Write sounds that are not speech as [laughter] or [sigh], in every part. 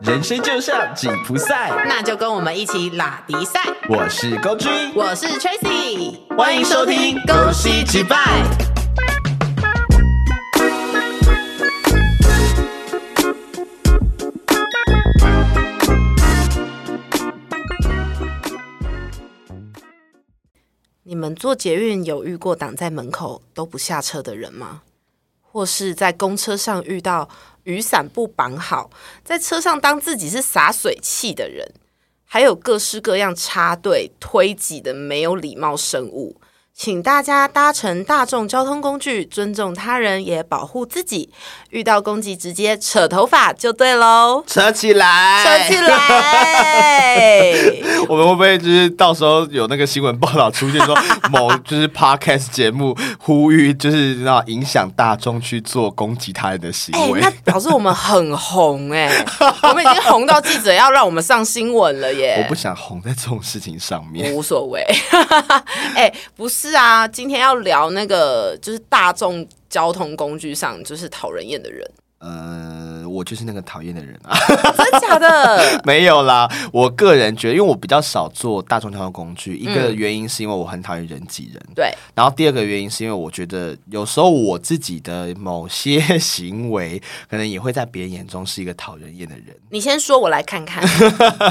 人生就像紧箍赛。那就跟我们一起拉迪赛。我是高君，我是 Tracy，欢迎收听《恭恭喜喜击击败败》。》。你们坐捷运有遇过挡在门口都不下车的人吗？或是在公车上遇到雨伞不绑好，在车上当自己是洒水器的人？还有各式各样插队、推挤的没有礼貌生物。请大家搭乘大众交通工具，尊重他人，也保护自己。遇到攻击，直接扯头发就对喽，扯起来，收起。 [laughs] 来。我们会不会就是到时候有那个新闻报道出 [laughs] 现说某就是 podcast 节目呼吁就是那影响大众去做攻击他人的行哎、为？那表示我们很红 [laughs] 哎、我们已经红到记者要让我们上新闻了耶。我不想红在这种事情上面。无所谓。 [laughs] 哎、不是啊，今天要聊那个就是大众交通工具上就是讨人厌的人，呃，我就是那个讨厌的人啊。真的假 [laughs] 的？没有啦，我个人觉得，因为我比较少坐大众交通工具，一个原因是因为我很讨厌人挤人，对，然后第二个原因是因为我觉得有时候我自己的某些行为，可能也会在别人眼中是一个讨人厌的人。你先说，我来看 [laughs] 看，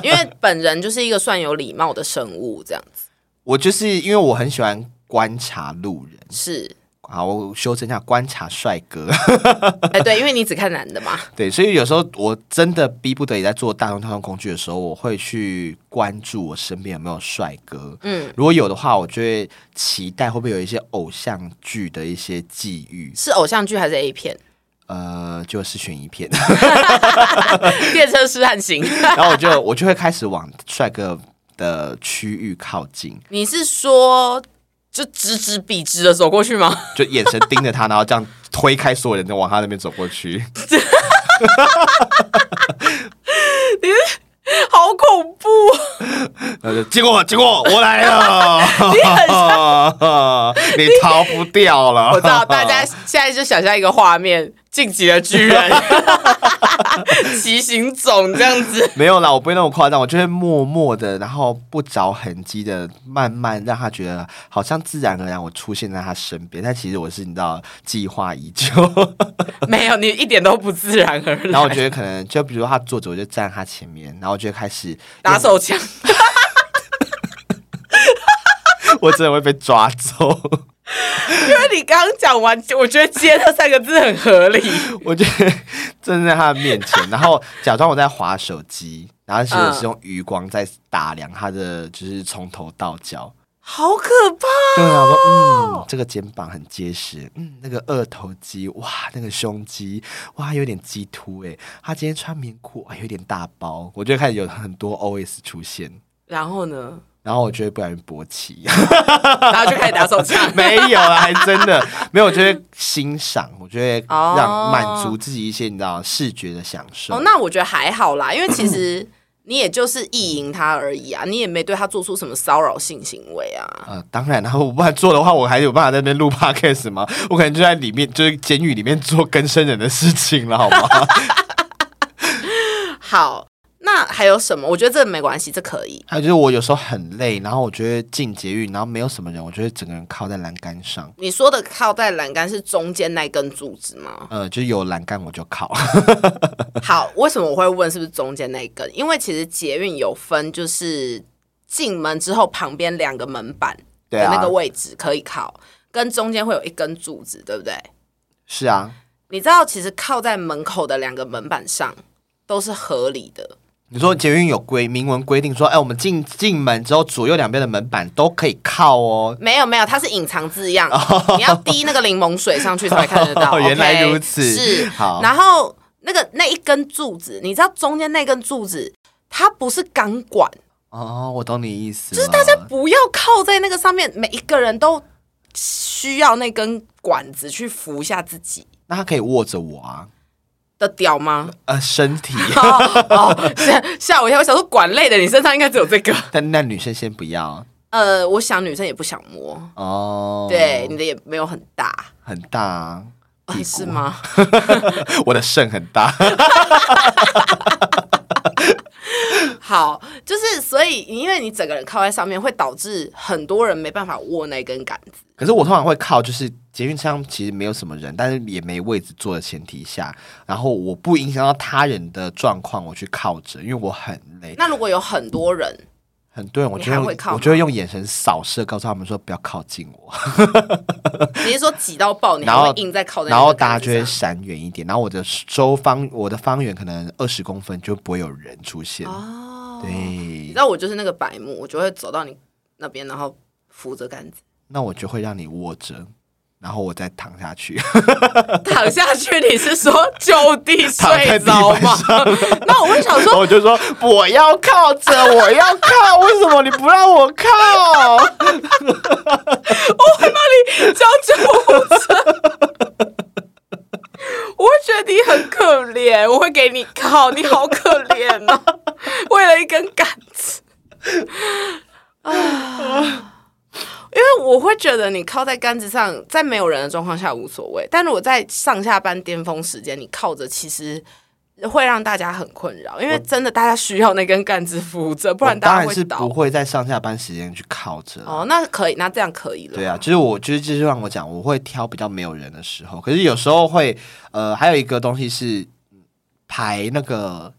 因为本人就是一个算有礼貌的生物，这样子我就是因为我很喜欢观察路人，是。好，我修正一下，观察帅哥。 [laughs] 哎、对，因为你只看男的嘛，对，所以有时候我真的逼不得已在做大众交通工具的时候，我会去关注我身边有没有帅哥。嗯，如果有的话，我就会期待会不会有一些偶像剧的一些际遇，是偶像剧还是 [laughs] A 片？呃，就是悬疑片。电车痴汉型？然后我就我就会开始往帅哥的区域靠近，你是说就直直笔直的走过去吗？就眼神盯着他，然后这样推开所有人，就往他那边走过去。 [laughs] 好恐怖！啊然后就结果结果我来了，你逃不掉了。我知道大家现在就想象一个画面，晋级的巨人， [laughs] 骑行总这样子。没有啦，我不会那么夸张，我就会默默的，然后不着痕迹的，慢慢让他觉得好像自然而然我出现在他身边，但其实我是你知道计划已久。 [laughs] 没有，你一点都不自然而然。然后我觉得可能就比如说他坐着，我就站他前面，然后我就开始打手枪，我真的会被抓走。因为你刚刚讲完，我觉得接那三个字很合理。我就站在他的面前，然 [laughs] 后假装我在划手机，然后其实我是用余光在打量他的，就是从头到脚。好可怕！对啊，我说嗯，这个肩膀很结实，嗯，那个二头肌，哇，那个胸肌，哇，有点鸡突哎。他今天穿棉裤，哎哇，有点大包，我就开始有很多 OS 出现，然后呢？然后我就会不小心勃 [laughs] 起。。然后就开始打手枪 [laughs] 没有啦，还真的没有，我就会欣赏，我就会让哦满足自己一些你知道视觉的享受。哦，那我觉得还好啦，因为其实你也就是意淫他而已啊，你也没对他做出什么骚扰性行为啊。呃，当然啦，我不然做的话，我还有办法在那边录 podcast 吗？ [laughs] 我可能就在里面，就是监狱里面做更生人的事情了，好吗？好，那还有什么？我觉得这没关系，这可以。 [laughs] 还有就是我有时候很累，然后我觉得进捷运，然后没有什么人，我就会整个人靠在栏杆上。？你说的靠在栏杆是中间那根柱子吗 [laughs] 呃，就是有栏杆我就靠， [laughs] 好，为什么我会问是不是中间那一根？因为其实捷运有分，就是进门之后旁边两个门板对的啊那个，位置可以靠，跟中间会有一根柱子，对不对？是啊，你知道，其实靠在门口的两个门板上都是合理的。你说捷运有规明文规定说，哎，我们进进门之后，左右两边的门板都可以靠哦。没有没有，它是隐藏字样，你要滴那个柠檬水上去才会看得 [laughs] 到。哦原来 OK？如此，是。好，然后那个那一根柱子，你知道中间那根柱子，它不是钢管，哦，我懂你意思，就是大家不要靠在那个上面，每一个人都需要那根管子去扶一下自己那他可以握着我啊，的屌吗？ [laughs] 呃，身体。哦哦， [laughs] 吓吓我一跳！我想说管类的，你身上应该只有这个。但那女生先不要呃，我想女生也不想摸，哦。对，你的也没有很大，很大、啊， [laughs] 是吗？我的肾很大。好，就是所以因为你整个人靠在上面，会导致很多人没办法握那根杆子。 [laughs] 可是我通常会靠，就是捷运上其实没有什么人，但是也没位置坐的前提下，然后我不影响到他人的状况，我去靠着，因为我很累。那如果有很多人，很多人我你就用还会靠吗我就会用眼神扫射，告诉他们说不要靠近我，你是说挤到爆，你然还后会硬在靠在那然后个大家杆子就上，会闪远一点，然后我的周方我的方圆可能二十公分就不会有人出现。哦，对你知，道我就是那个白目，我就会走到你那边，然后扶着杆子 [laughs] 那我就会让你握着，然后我再躺下去。躺下去。你是说就地睡着吗躺？ [laughs] 那我会想说，我就说我要靠着，我要靠，为什么你不让我靠？叫救护车。我会觉得你很可怜，我会给你靠，你好可怜哦，为了一根杆子啊！因为我会觉得你靠在杆子上，在没有人的状况下无所谓，但如果在上下班巅峰时间，你靠着其实。会让大家很困扰，因为真的大家需要那根杆子扶着，不然我大当家然是会不倒。会在上下班时间去靠着。哦，那可以，那这样可以了。对啊，就是我就是就是让我讲，我会挑比较没有人的时候。可是有时候会，呃，还有一个东西是嗯排那个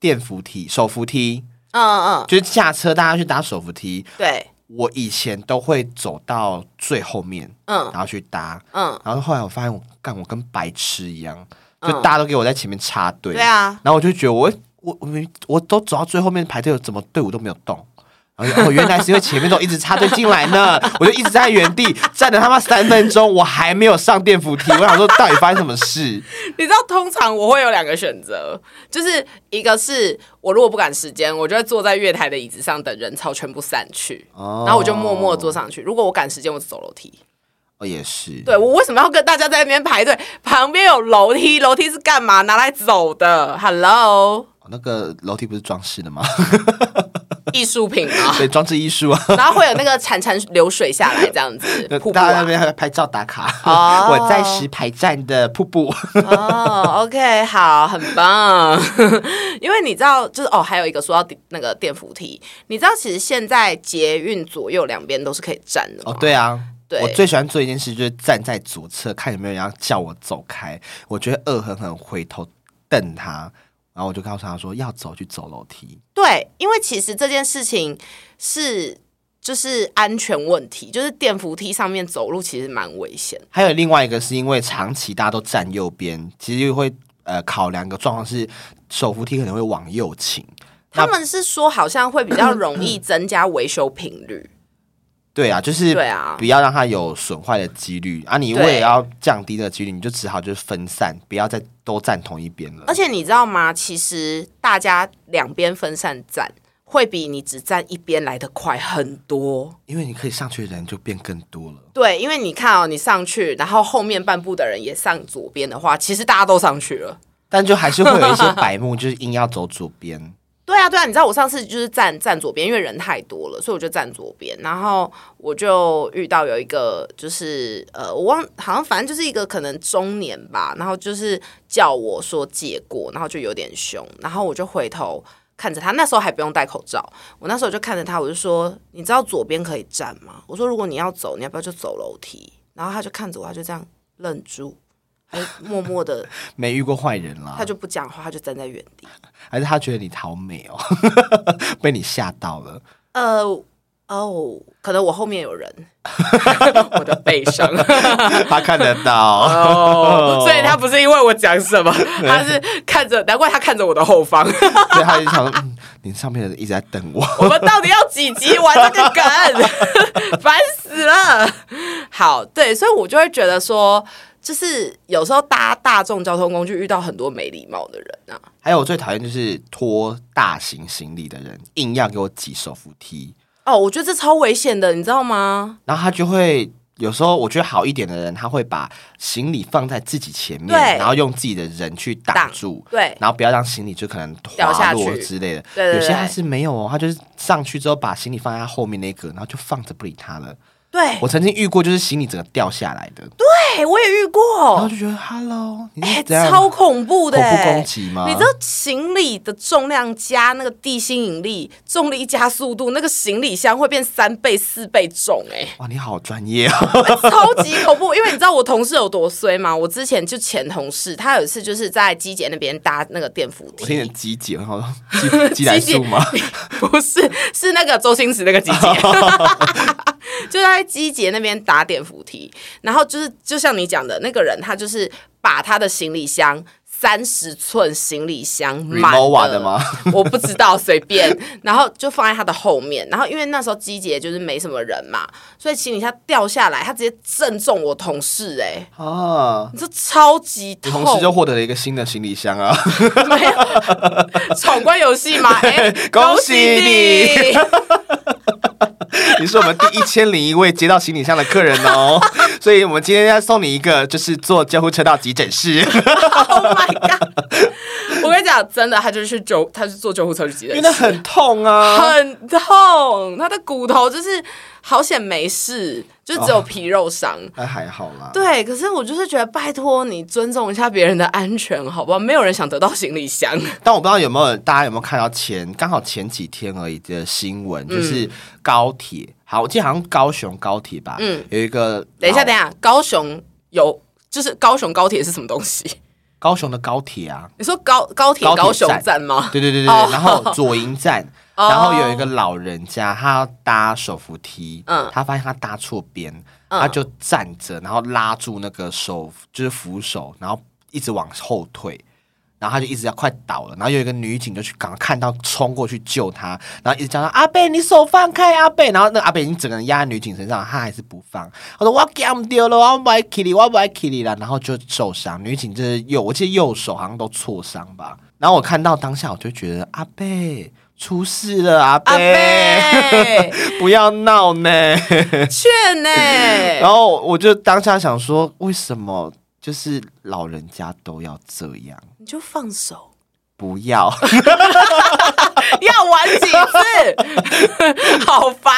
电扶梯、手扶梯，嗯嗯，就是下车大家去搭手扶梯。对，我以前都会走到最后面，嗯然后去搭。嗯。然后后来我发现我干，我跟白痴一样，就嗯大家都给我在前面插队。对啊，然后我就觉得我我我明我都走到最后面排队，怎么队伍都没有动。然后就哦，原来是因为前面都一直插队进来呢，我就一直在原地站了他妈三分钟，我还没有上电扶梯。我想说，到底发生什么 [laughs] 事？你知道，通常我会有两个选择，就是一个是我如果不赶时间，我就会坐在月台的椅子上等人潮全部散去，哦然后我就默默坐上去。如果我赶时间，我就走楼梯。哦，也是，对我为什么要跟大家在那边排队？旁边有楼梯，楼梯是干嘛？拿来走的？Hello， [laughs] 哦那个楼梯不是装饰的吗？ [laughs] 艺术品啊。对，装置艺术啊，然后会有那个潺潺流水下来，这样 [laughs] 子瀑布大家那啊。边还拍照打卡。[laughs] 哦我在石牌站的瀑布，哦，OK，好，很棒。 [laughs] 因为你知道，就是哦，还有一个说到电那个电扶梯，你知道其实现在捷运左右两边都是可以站的吗哦，对啊，对我最喜欢做一件事就是站在左侧看有没有人要叫我走开，我就会恶狠狠回头瞪他，然后我就告诉他说要走去走楼梯。对，因为其实这件事情是就是安全问题，就是电扶梯上面走路其实蛮危险的。还有另外一个是因为长期大家都站右边，其实会呃考量一个状况是手扶梯可能会往右倾，那他们是说好像会比较容易增加维修频率，对啊，就是对啊不要让它有损坏的几率啊。你为对了要降低这个几率，你就只好就是分散，不要再都站同一边了而。且你知道吗？其实大家两边分散站，会比你只站一边来的快很多。因为你可以上去的人就变更多了。对，因为你看哦，你上去，然后后面半部的人也上左边的话，其实大家都上去了。但就还是会有一些白目，就是硬要走左边。对啊，对啊，你知道我上次就是站站左边，因为人太多了，所以我就站左边。然后我就遇到有一个，就是呃，我忘，好像反正就是一个可能中年吧，然后就是叫我说借过，然后就有点凶，然后我就回头看着他，那时候还不用戴口罩，我那时候就看着他，我就说，你知道左边可以站吗？我说如果你要走，你要不要就走楼梯？然后他就看着我，他就这样愣住，他就默默的，没遇过坏人啦他，就不讲话，他就站在原地。还是他觉得你好美哦， [laughs] 被你吓到了。呃，哦，可能我后面有人， [laughs] 我的背上他看得 [laughs] 到，哦，所以他不是因为我讲什 [laughs] 么，他是看着，难怪他看着我的后方。所以他就想说，嗯，你上面的人一直在瞪我。我们到底要几集玩这个梗？ [laughs] 烦死了！好，对，所以我就会觉得说，就是有时候搭大众交通工具遇到很多没礼貌的人啊，还有我最讨厌就是拖大型行李的人，硬要给我挤手扶梯，哦，我觉得这超危险的，你知道吗？然后他就会。有时候我觉得好一点的人，他会把行李放在自己前面，对然后用自己的人去挡挡住，对然后不要让行李就可能滑掉下落去之类的。对对有些对他是没有哦，他就是上去之后把行李放在他 [laughs] 后面那个，然后就放着不理他了。对，我曾经遇过，就是行李整个掉下来的。哎、我也遇然后过，就觉得 Hello，你哎、是怎样超恐怖的、恐怖哎攻击吗？你知道行李的重量加那个地心引力，重力加速度，那个行李箱会变三倍、四倍重、 [laughs] 哇，你好专业 [laughs] 啊！哎，超级恐怖。因为你知道我同事有多衰吗？我之前就前同事，他有一次就是在机姐那边搭那个电扶我听梯，人鸡姐，然后 [laughs] 鸡鸡来素吗？ [laughs] 不是，是那个周星驰那个机姐， [laughs] 就在机姐那边打点扶梯，然后就是就像你讲的那个人，他就是把他的行李箱。三十寸行李箱满 Rimowa 的吗？ [laughs] 我不知道，随便，然后就放在他的后面。然后因为那时候机姐就是没什么人嘛，所以行李箱掉下来，他直接正中我同事、哎，啊，你这超级你痛，同事就获得了一个新的行李箱啊！ [laughs] 没有闯关游戏吗？哎、恭喜你恭喜你你是我们第一千零一位接到行李箱的客人哦， [laughs] 所以我们今天要送你一个，就是坐救护车到急诊 [laughs] 室， Oh my god！我跟你讲，真的，他就是去救，他是坐救护车去急诊因为室，很痛啊。很痛，他的骨头就是好险没事，就只有皮肉伤。那还好啦，对，可是我就是觉得，拜托你尊重一下别人的安全，好不好？没有人想得到行李箱。但我不知道有没有大家有没有看到前刚好前几天而已的新闻，嗯就是高铁，好，我记得好像高雄高铁吧，嗯，有一个等一下，老等一下，高雄有就是高雄高铁是什么东西？ [laughs] 高雄的高铁啊，你说高高铁高铁高雄站站吗？对对对对哦对，然后左营站， [laughs] 哦然后有一个老人家，他要搭手扶梯，嗯他发现他搭错边，他就站着，然后拉住那个手就是扶手，然后一直往后退。然后他就一直要快倒了，然后有一个女警就去赶看到冲过去救他，然后一直叫他阿贝，你手放开阿贝，然后那个阿贝已经整个人压在女警身上，他还是不放，他说我干掉了，我不爱 k i 我不爱 k i 了，然后就受伤，女警这右我记得右手好像都挫伤吧，然后我看到当下我就觉得阿贝出事了，阿贝阿贝不要闹呢。劝呢、然后我就当下想说，为什么就是老人家都要这样？你就放手。不要，要玩几次， [laughs] 好烦，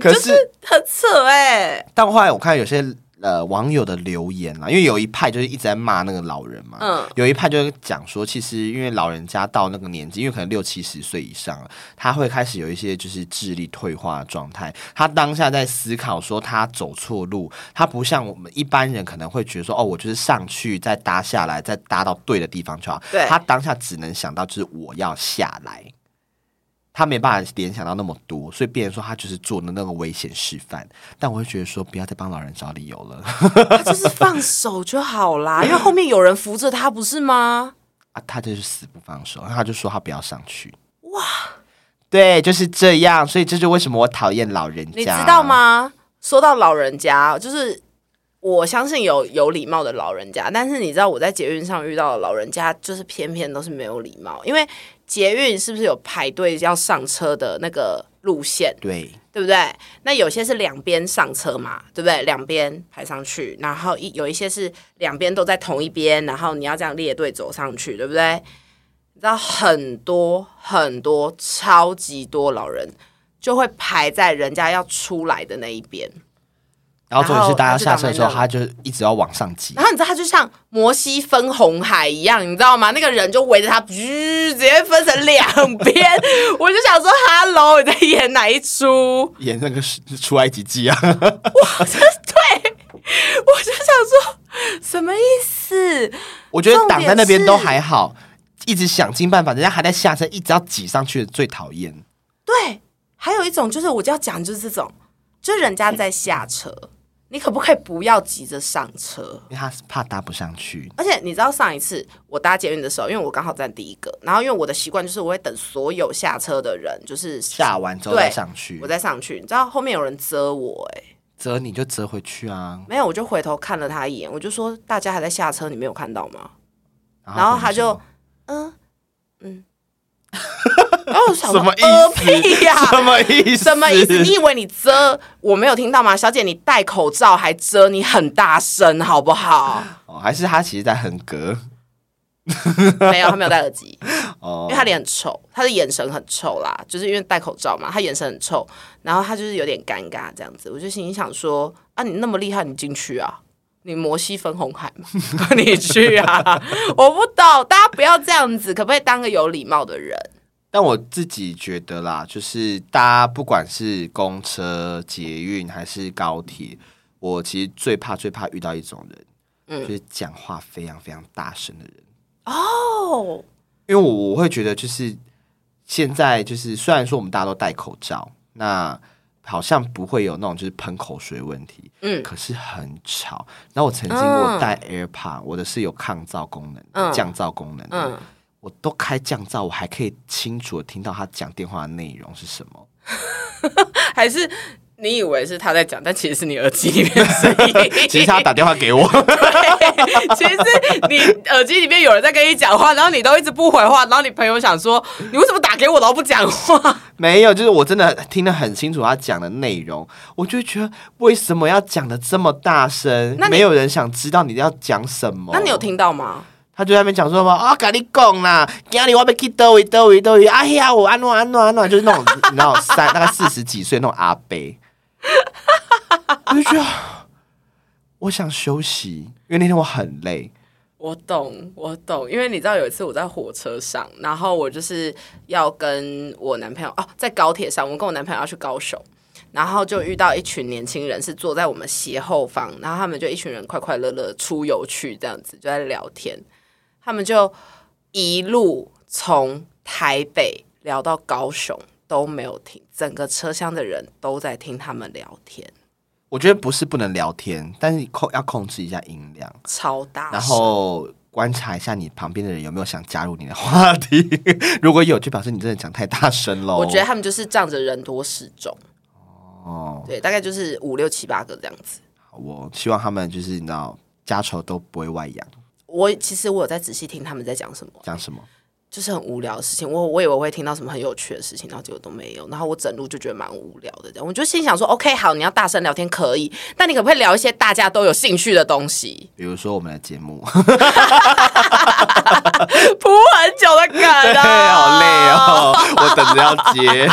可就是是 [laughs] 很扯哎、但后来我看有些呃网友的留言啦，因为有一派就是一直在骂那个老人嘛，嗯有一派就是讲说，其实因为老人家到那个年纪，因为可能六七十岁以上了，他会开始有一些就是智力退化的状态，他当下在思考说他走错路，他不像我们一般人可能会觉得说，哦，我就是上去再搭下来，再搭到对的地方就好，对他当下只能想到就是我要下来。他没办法联想到那么多，所以变成说他就是做的那个危险示范。但我会觉得说，不要再帮老人找理由了 [laughs] 他就是放手就好啦，因为后面有人扶着他，不是 [laughs] 吗？啊！他就是死不放手，他就说他不要上去。哇，对，就是这样。所以这就为什么我讨厌老人家，你知道？吗？说到老人家，就是我相信有有礼貌的老人家，但是你知道我在捷运上遇到的老人家，就是偏偏都是没有礼貌，因为捷运是不是有排队要上车的那个路线？对，对不对？那有些是两边上车嘛，对不对？两边排上去，然后一有一些是两边都在同一边，然后你要这样列队走上去，对不对？你知道很多很多超级多老人就会排在人家要出来的那一边，然后重点是大家然后下他就车的时候，倒他在就一直要往上挤。然后你知道他就像摩西分红海一样，你知道吗？那个人就围着他，直接分成两边。我就想说，Hello，你在演哪一出？演那个是出埃及记啊， [laughs] 我就想说，什么意思？我觉得重点挡在那边是都还好，一直想尽办法，人家还在下车，一直要挤上去，最讨厌。对，还有一种就是我就要讲，就是这种，就是人家在下车，你可不可以不要急着上车？因为他是怕搭不上去，而且你知道上一次我搭捷运的时候，因为我刚好站第一个，然后因为我的习惯就是我会等所有下车的人，就是下完之后对再上去我。再上去。你知道后面有人遮我、欸，折你就折回去啊。没有，我就回头看了他一眼，我就说大家还在下车，你没有看到吗？然然后他跟你说就嗯 [laughs] 嗯，然后我想说什么意思呃屁呀、什么 [laughs] 意思？什么意思？你以为你遮我没有听到吗？小姐，你戴口罩还遮，你很大声好不 [laughs] 好？哦，还是他其实在横格没有，她没有戴耳机，因哦为她脸很臭，她的眼神很臭啦，就是因为戴口罩嘛，她眼神很臭，然后她就是有点尴尬这样子。我就心里想说，啊，你那么厉害，你进去啊。你摩西分红海嘛， [laughs] 你去啊！ [laughs] 我不懂，大家不要这样子，可不可以当个有礼貌的人？但我自己觉得啦，就是大家不管是公车、捷运还是高铁，我其实最怕最怕遇到一种人，就是讲话非常非常大声的人。哦，因为我我会觉得就是现在就是虽然说我们大家都戴口罩，那好像不会有那种就是喷口水问题，嗯可是很吵。然后我曾经嗯我戴 AirPod，我的是有抗噪功能、嗯降噪功能的，嗯，我都开降噪，我还可以清楚的听到他讲电话的内容是什么。还是你以为是他在讲，但其实是你耳机里面的声音。 [laughs] 其实他打电话给我，哎其实你耳机里面有人在跟你讲话，然后你都一直不回话，然后你朋友想说你为什么打给我，然后不讲话？ [laughs] 没有，就是我真的听得很清楚他讲的内容，我就觉得为什么要讲的这么大声那？你没有人想知道你要讲什么。那你有听到吗？他就在那边讲说什么啊，跟你讲啦，今日我要去兜一兜一兜一，哎呀，我安诺安诺安诺，就是那种 [laughs] 你知道三大概四十几岁那种阿伯，我就觉得我想休息，因为那天我很累，我懂，我懂，因为你知道有一次我在火车上，然后我就是要跟我男朋友哦，在高铁上，我跟我男朋友要去高雄，然后就遇到一群年轻人是坐在我们斜后方，然后他们就一群人快快乐乐出游去这样子，就在聊天，他们就一路从台北聊到高雄都没有停，整个车厢的人都在听他们聊天，我觉得不是不能聊天，但是你控要控制一下音量，超大声，然后观察一下你旁边的人有没有想加入你的话题， [laughs] 如果有，就表示你真的讲太大声喽。我觉得他们就是仗着人多势众。哦，对，大概就是五六七八个这样子。我希望他们就是你知道家丑都不会外扬，我其实我有在仔细听他们在讲什么，讲什么？就是很无聊的事情。我我以为我会听到什么很有趣的事情，然后结果都没有。然后我整路就觉得蛮无聊的，这样我就心想说，OK，好，你要大声聊天可以，但你可不可以聊一些大家都有兴趣的东西？ [laughs] 比如说我们的节 [laughs] 目。铺很久的梗啊，对，好累。哦，我等着要接。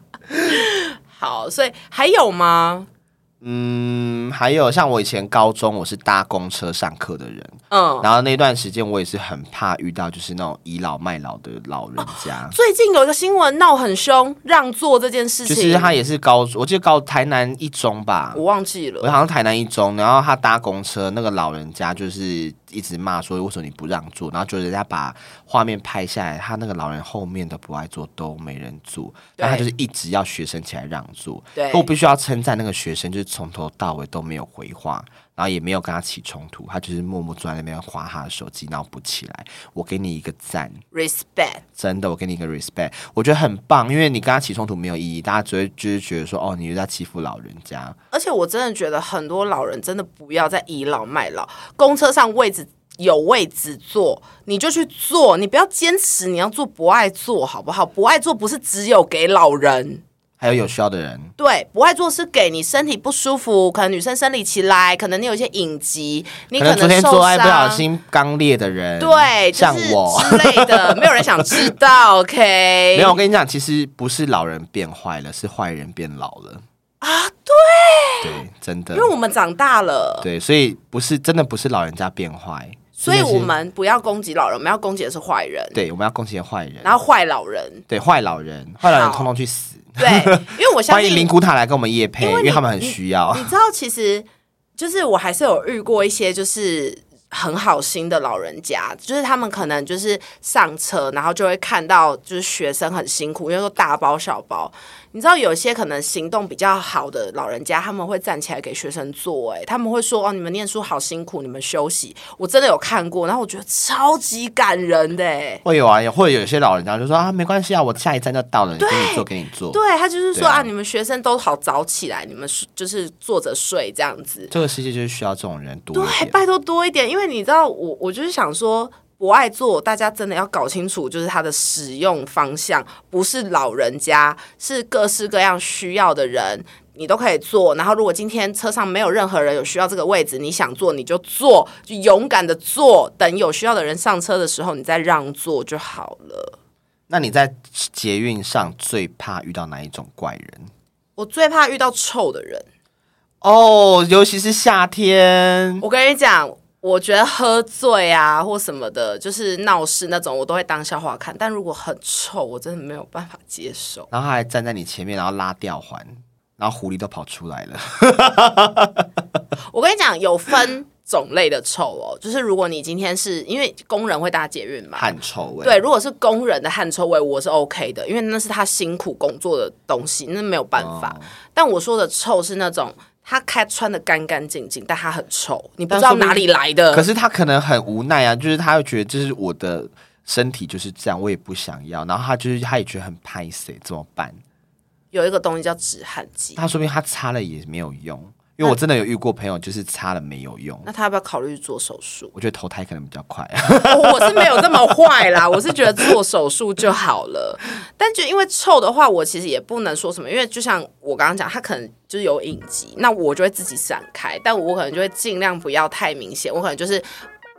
[laughs] 好，所以还有吗？嗯，还有像我以前高中，我是搭公车上课的人，嗯，然后那段时间我也是很怕遇到就是那种倚老卖老的老人家。最近有一个新闻闹很凶，让座这件事就情，是他也是高，我记得高台南一中吧，我忘记我了。好像台南一中，然后他搭公车，那个老人家就是一直骂说为什么你不让座，然后就人家把画面拍下来，他那个老人后面的不爱坐都没人坐，然后他对就是一直要学生起来让座。对可我必须要称赞那个学生，就是从头到尾都没有回话，然后也没有跟他起冲突，他就是默默坐在那边划他的手机，然后不起来。我给你一个赞， Respect，真的，我给你一个 respect，我觉得很棒，因为你跟他起冲突没有意义，大家只会就是觉得说哦，你又在欺负老人家。而且我真的觉得很多老人真的不要再倚老卖老，公车上位置有位置坐，你就去坐，你不要坚持你要做不爱做，好不好？不爱做不是只有给老人。还有有需要的人，对，不爱做是给你身体不舒服，可能女生生理期来，可能你有一些隐疾，你可能昨能天受做爱不小伤，心刚裂的人，对，就像是我。之类的，没有人想知道，OK？没有，我跟你讲，其实不是老人变坏了，是坏人变老了啊！对，对，真的因，为我们长大了，对，所以不是真的不是老人家变坏，所以真的我是们不要攻击老人，我们要攻击的是坏人，对我们要恭喜坏人，然后坏老人。对坏老人，坏老人通通去死。 [laughs] 对，因为我相欢迎信灵骨塔来跟我们夜配，因因为为你他们很需要你。知道，其实就是我还是有遇过一些就是很好心的老人家，就是他们可能就是上车，然后就会看到就是学生很辛苦，因为都大包小包。你知道有些可能行动比较好的老人家，他们会站起来给学生坐、欸，他们会说：“哦，你们念书好辛苦，你们休息。”我真的有看过，然后我觉得超级感人的、欸，会有啊，也会有一些老人家就说啊，没关系啊，我下一站就到了，给你做，给你做。对他就是说对啊啊，你们学生都好早起来，你们就是坐着睡这样子。这个世界就是需要这种人多一对，点。拜托多一点，因为你知道我，我就是想说，不爱做，大家真的要搞清楚，就是它的使用方向，不是老人家，是各式各样需要的人，你都可以做。然后，如果今天车上没有任何人有需要这个位置，你想坐你就坐，就勇敢的坐，等有需要的人上车的时候，你再让座就好了。那你在捷运上最怕遇到哪一种怪人？我最怕遇到臭的人。哦，尤其是夏天， [laughs] 我跟你讲，我觉得喝醉啊或什么的，就是闹事那种，我都会当笑话看。但如果很臭，我真的没有办法接 [laughs] 受。然后他还站在你前面，然后拉吊环，然后狐狸都跑出来了。我跟你讲，有分种类的臭哦，就是如果你今天是因为工人会搭捷运嘛，汗臭味，对，，如果是工人的汗臭味，我是 OK 的，因为那是他辛苦工作的东西，那没有办法。哦但我说的臭是那种他开穿的干干净净，但他很臭，你不知道哪里来的。可是他可能很无奈啊，就是他会觉得这是我的身体就是这样，我也不想要，然后他就是他也觉得很拍谁怎么办？有一个东西叫止汗剂，他说明他擦了也没有用，因为我真的有遇过朋友就是擦了没有用，？那他要不要考虑做手术我觉得投胎可能比较快。啊哦我是没有这么坏啦，我是觉得做手术就好了。但就因为臭的话，我其实也不能说什么，因为就像我刚刚讲，他可能就是有隐疾，那我就会自己闪开，但我可能就会尽量不要太明显，我可能就是。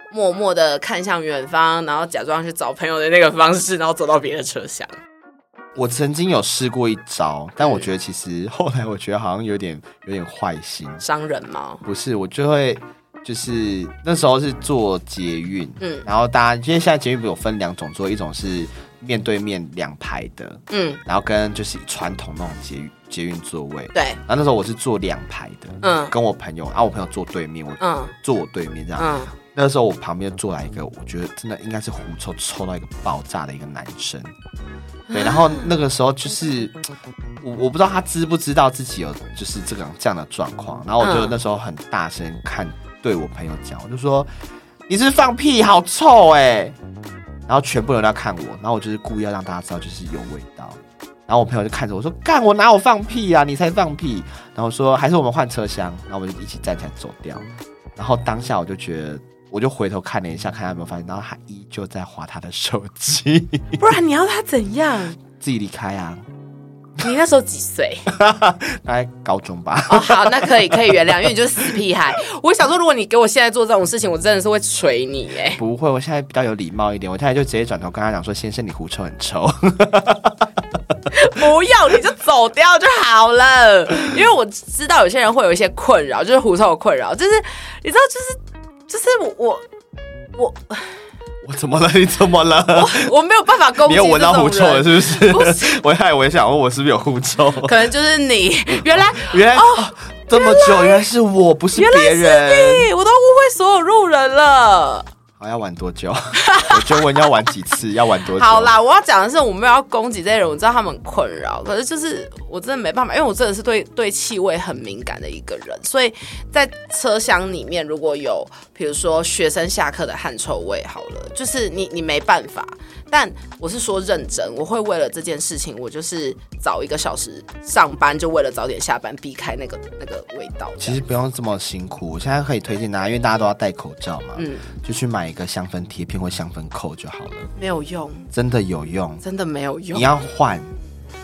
默默的看向远方，然后假装去找朋友的那个方式，然后走到别的车厢。我曾经有试过一招，但我觉得其实后来我觉得好像有点有点坏心，伤人吗？不是，我就会就是那时候是做捷运，嗯然后大家因为现在捷运不是有分两种座，一种是面对面两排的，嗯，然后跟就是传统那种捷运捷运座位。对，然后那时候我是坐两排的，嗯跟我朋友，然、啊后我朋友坐对面，我、嗯坐我对面这样。嗯，那时候我旁边坐来一个，我觉得真的应该是狐臭臭到一个爆炸的一个男生，对，然后那个时候就是我我不知道他知不知道自己有就是这种这样的状况，然后我就嗯那时候很大声看对我朋友讲，我就说你是不是放屁，好臭哎、然后全部人都要看我，然后我就是故意要让大家知道就是有味道。然后我朋友就看着我说：“干，我哪有放屁啊？你才放屁！”然后说：“还是我们换车厢。”然后我们就一起站起来走掉。然后当下我就觉得，我就回头看了一下，看他有没有发现，然后他依旧在划他的手机， [laughs] 不然你要他怎样？自己离开啊，你那时候几岁？大概高中吧。哦，好，那可以可以原谅，因为你就是死屁孩。我想说，如果你给我现在做这种事情，我真的是会捶你哎！不会，我现在比较有礼貌一点，我现在就直接转头跟他讲说：“先生，你狐臭很臭。 [laughs] 不要，你就走掉就好了。因为我知道有些人会有一些困扰，就是狐臭的困扰，就是你知道，就是就是我我”我怎么了？你怎么了？我我没有办法攻你击又闻到狐这臭种了人。是不是？不 [laughs] 是我害我也想问，我是不是有狐 [laughs] 臭？可能就是你，原来原来、哦、这么久，原来是我，不是原来别人。是你，我都误会所有路人了。好，要玩多久？ [laughs] 我就问要玩几次，要玩多久？好，啦，我要讲的是，我没有要攻击这些人，我知道他们很困扰，可是就是我真的没办法，因为我真的是对对气味很敏感的一个人，所以在车厢里面如果有比如说学生下课的汗臭味，好了，就是你你没办法。但我是说认真，我会为了这件事情，我就是早一个小时上班，就为了早点下班，避开那个那个味道。其实不用这么辛苦，我现在可以推荐大家，因为大家都要戴口罩嘛，嗯就去买一个香氛贴片或香氛扣就好了，没有用，真的有用。真的没有你用。要换，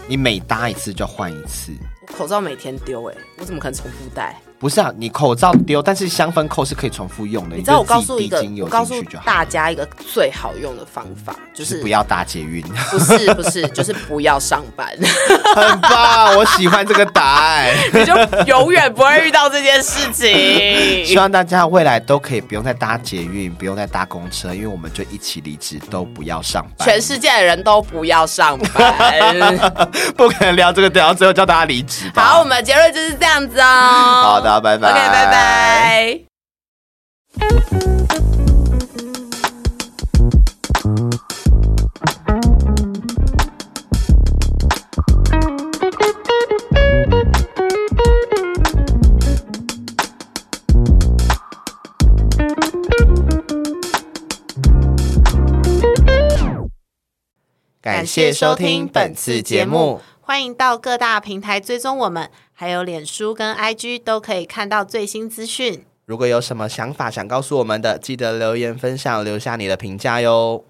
你每搭一次就换一次，我口罩每天丢，哎，我怎么可能重复戴？不是啊？你口罩丢，但是香氛扣是可以重复用的，你知道我就告自己诉一滴个精，油我告诉进去就好，大家一个最好用的方法，就就是是不要搭捷运， [laughs] 不是不是， [laughs] 就是不要上班， [laughs] 很棒，我喜欢这个答案。你就永远不会遇到这件事希 [laughs] 情。望大家未来都可以不用再搭捷运，不用再搭公车，因为我们就一起离职，都不要上班。全世界的人都不要上 [laughs] 班。不可能聊这个，等到最后叫大家离职吧。好，我们结论就是这样子哦。好的拜拜 OK，拜拜。感谢收听本次节目，，欢迎到各大平台追踪我们，还有脸书跟 IG 都可以看到最新资讯。如果有什么想法想告诉我们的，记得留言分享，留下你的评价哟。